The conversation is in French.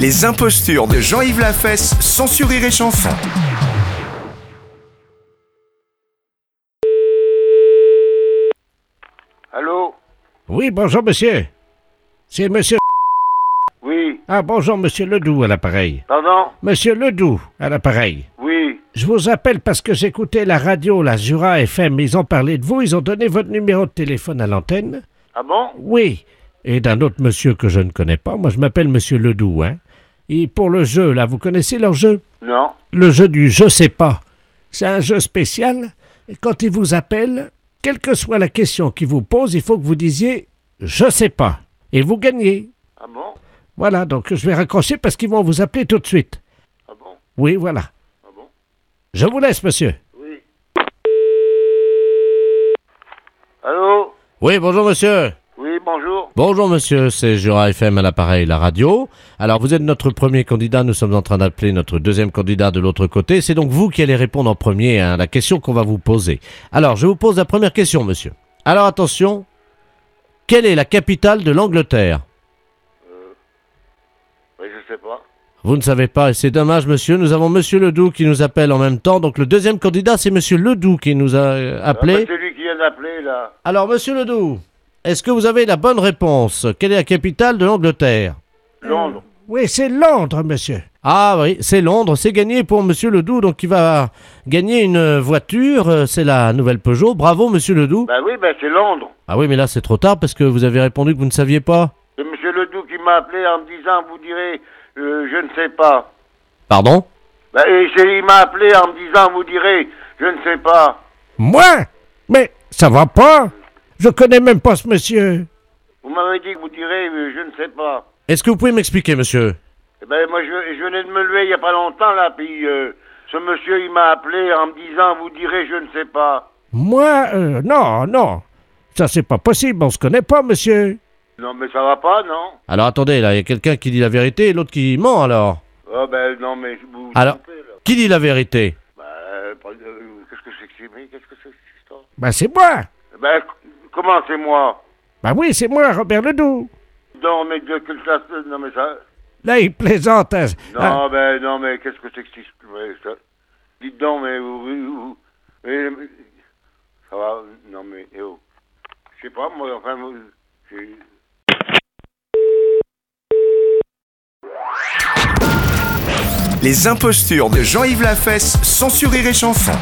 Les impostures de Jean-Yves Lafesse, sans sourire et chanson. Allô Oui, bonjour, monsieur. C'est monsieur. Oui. Ah, bonjour, monsieur Ledoux à l'appareil. Pardon Monsieur Ledoux à l'appareil. Oui. Je vous appelle parce que j'écoutais la radio, la Jura FM. Ils ont parlé de vous, ils ont donné votre numéro de téléphone à l'antenne. Ah bon Oui. Et d'un autre monsieur que je ne connais pas. Moi, je m'appelle monsieur Ledoux, hein. Et pour le jeu, là, vous connaissez leur jeu Non. le jeu du je sais pas. C'est un jeu spécial. Et quand il vous appelle, quelle que soit la question qu'il vous pose, il faut que vous disiez je sais pas. Et vous gagnez. Ah bon Voilà, donc je vais raccrocher parce qu'ils vont vous appeler tout de suite. Ah bon Oui, voilà. Ah bon Je vous laisse, monsieur. Oui. Allô Oui, bonjour monsieur. Oui, bonjour. Bonjour monsieur, c'est Jura FM à l'appareil, la radio. Alors vous êtes notre premier candidat, nous sommes en train d'appeler notre deuxième candidat de l'autre côté. C'est donc vous qui allez répondre en premier hein, à la question qu'on va vous poser. Alors je vous pose la première question monsieur. Alors attention, quelle est la capitale de l'Angleterre Oui, je sais pas. Vous ne savez pas, et c'est dommage, monsieur. Nous avons monsieur Ledoux qui nous appelle en même temps. Donc, le deuxième candidat, c'est monsieur Ledoux qui nous a euh, Ah, bah, appelé. c'est lui qui vient d'appeler, là. Alors, monsieur Ledoux, est-ce que vous avez la bonne réponse Quelle est la capitale de l'Angleterre Londres. Oui, c'est Londres, monsieur. Ah oui, c'est Londres. C'est gagné pour monsieur Ledoux. Donc, il va gagner une euh, voiture. euh, C'est la nouvelle Peugeot. Bravo, monsieur Ledoux. Bah oui, bah c'est Londres. Ah oui, mais là, c'est trop tard parce que vous avez répondu que vous ne saviez pas. C'est Monsieur Ledoux qui m'a appelé en me disant, vous direz, euh, je ne sais pas. Pardon Bah, et c'est- il m'a appelé en me disant, vous direz, je ne sais pas. Moi Mais ça va pas Je connais même pas ce monsieur. Vous m'avez dit que vous direz, euh, je ne sais pas. Est-ce que vous pouvez m'expliquer, monsieur Eh ben moi je, je venais de me lever il n'y a pas longtemps là, puis euh, ce monsieur il m'a appelé en me disant vous direz je ne sais pas. Moi, euh, non, non. Ça, c'est pas possible, on se connaît pas, monsieur. Non mais ça va pas non Alors, attendez, là, il y a quelqu'un qui dit la vérité et l'autre qui ment, alors. Ah ben non mais vous vous Alors- trompez, là. Qui dit la vérité Ben, euh, pas- euh, qu'est-ce que c'est que c'est mais qu'est-ce que c'est que cette histoire Ben, c'est moi. Eh Ben c- comment c'est moi Ben oui, c'est moi, Robert Ledoux. Non mais de quelle classe euh, Non mais ça Là, il plaisante. hein. Non Ah, ben non mais qu'est-ce que c'est que cette histoire ouais, ça... Dites donc mais vous, vous- vous- mais- mais- ça va Non mais eh oh. je sais pas moi enfin vous- j'ai- Les impostures de Jean-Yves Lafesse, sans sourire et chanson.